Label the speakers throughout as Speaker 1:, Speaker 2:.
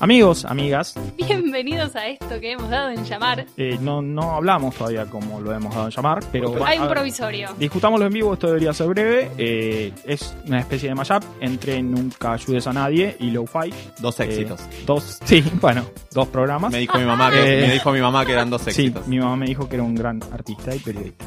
Speaker 1: Amigos, amigas,
Speaker 2: Bienvenidos a esto que hemos dado en llamar.
Speaker 1: eh, no, no hablamos todavía como lo hemos dado en llamar, pero
Speaker 2: Hay
Speaker 1: a
Speaker 2: un
Speaker 1: ver,
Speaker 2: provisorio.
Speaker 1: discutámoslo en vivo, esto debería ser breve. eh, es una especie de mashup entre Nunca ayudes a nadie y Lo-Fi.
Speaker 3: Dos
Speaker 1: eh,
Speaker 3: éxitos.
Speaker 1: dos, sí, bueno, dos programas.
Speaker 3: Me dijo mi mamá que,
Speaker 1: Eh,
Speaker 3: me dijo mi mamá que eran dos
Speaker 1: Sí,
Speaker 3: éxitos.
Speaker 1: mi eh, mamá me dijo que era un gran artista y periodista.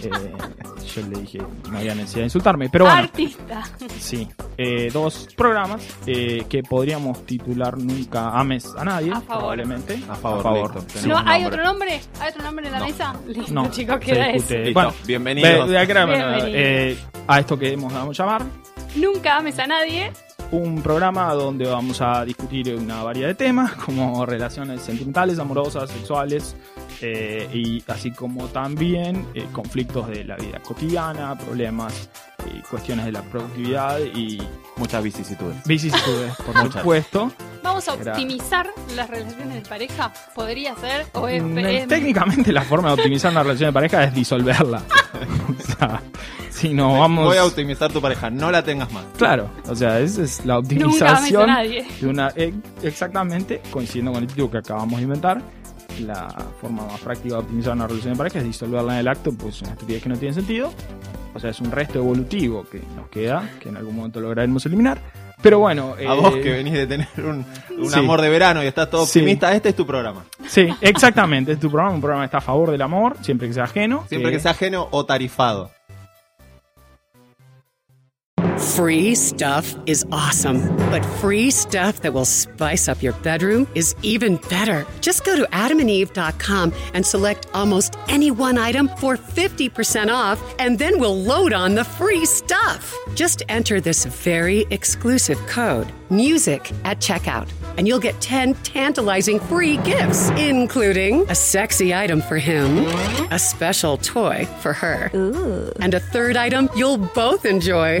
Speaker 1: Eh, yo le dije, no había necesidad de insultarme, pero bueno.
Speaker 2: Artista.
Speaker 1: Sí, eh, dos programas eh, que podríamos titular Nunca ames a nadie,
Speaker 2: A favor.
Speaker 1: probablemente.
Speaker 3: A favor, listo, tenemos
Speaker 1: Sí.
Speaker 2: ¿No
Speaker 3: un
Speaker 2: hay
Speaker 3: nombre.
Speaker 2: otro nombre? ¿Hay otro nombre en la mesa? Listo,
Speaker 1: No,
Speaker 2: chicos,
Speaker 1: se
Speaker 2: queda
Speaker 1: discute.
Speaker 2: ese.
Speaker 3: Listo,
Speaker 1: Bueno,
Speaker 3: bienvenidos.
Speaker 1: Ve- de acá, bueno,
Speaker 2: Bienvenidos.
Speaker 1: eh, a esto que hemos dado a llamar,
Speaker 2: Nunca ames a nadie.
Speaker 1: un programa donde vamos a discutir una variedad de temas como relaciones sentimentales, amorosas, sexuales, eh, y así como también eh, conflictos de la vida cotidiana, problemas, y cuestiones de la productividad y
Speaker 3: Muchas vicisitudes.
Speaker 1: vicisitudes, por supuesto.
Speaker 2: Vamos a
Speaker 1: Era-
Speaker 2: optimizar las relaciones de pareja. Podría ser o es,
Speaker 1: Mm,
Speaker 2: es-
Speaker 1: Técnicamente la forma de optimizar una relación de pareja es disolverla. o sea, si no vamos...
Speaker 3: Voy a optimizar tu pareja, no la tengas más.
Speaker 1: Claro, o sea, esa es la
Speaker 2: Nunca ames a
Speaker 1: optimización
Speaker 2: nadie.
Speaker 1: de una eh, exactamente coincidiendo con el título que acabamos de inventar. La forma más práctica de optimizar una relación de pareja es disolverla en el acto, pues es una estupidez que no tiene sentido. O sea, es un resto evolutivo que nos queda, que en algún momento lograremos eliminar. Pero bueno, eh,
Speaker 3: A vos que venís de tener un, un
Speaker 1: sí.
Speaker 3: amor de verano y estás todo
Speaker 1: Sí.
Speaker 3: optimista, este es tu programa.
Speaker 1: sí, exactamente, es tu programa, un programa que está a favor del amor, siempre que sea ajeno. eh,
Speaker 3: Siempre que sea ajeno o tarifado.
Speaker 4: Free stuff is awesome, but free stuff that will spice up your bedroom is even better. Just go to adamandeve.com and select almost any one item for 50% off, and then we'll load on the free stuff. Just enter this very exclusive code, MUSIC, at checkout, and you'll get 10 tantalizing free gifts, including a sexy item for him, a special toy for her and a third item you'll both enjoy.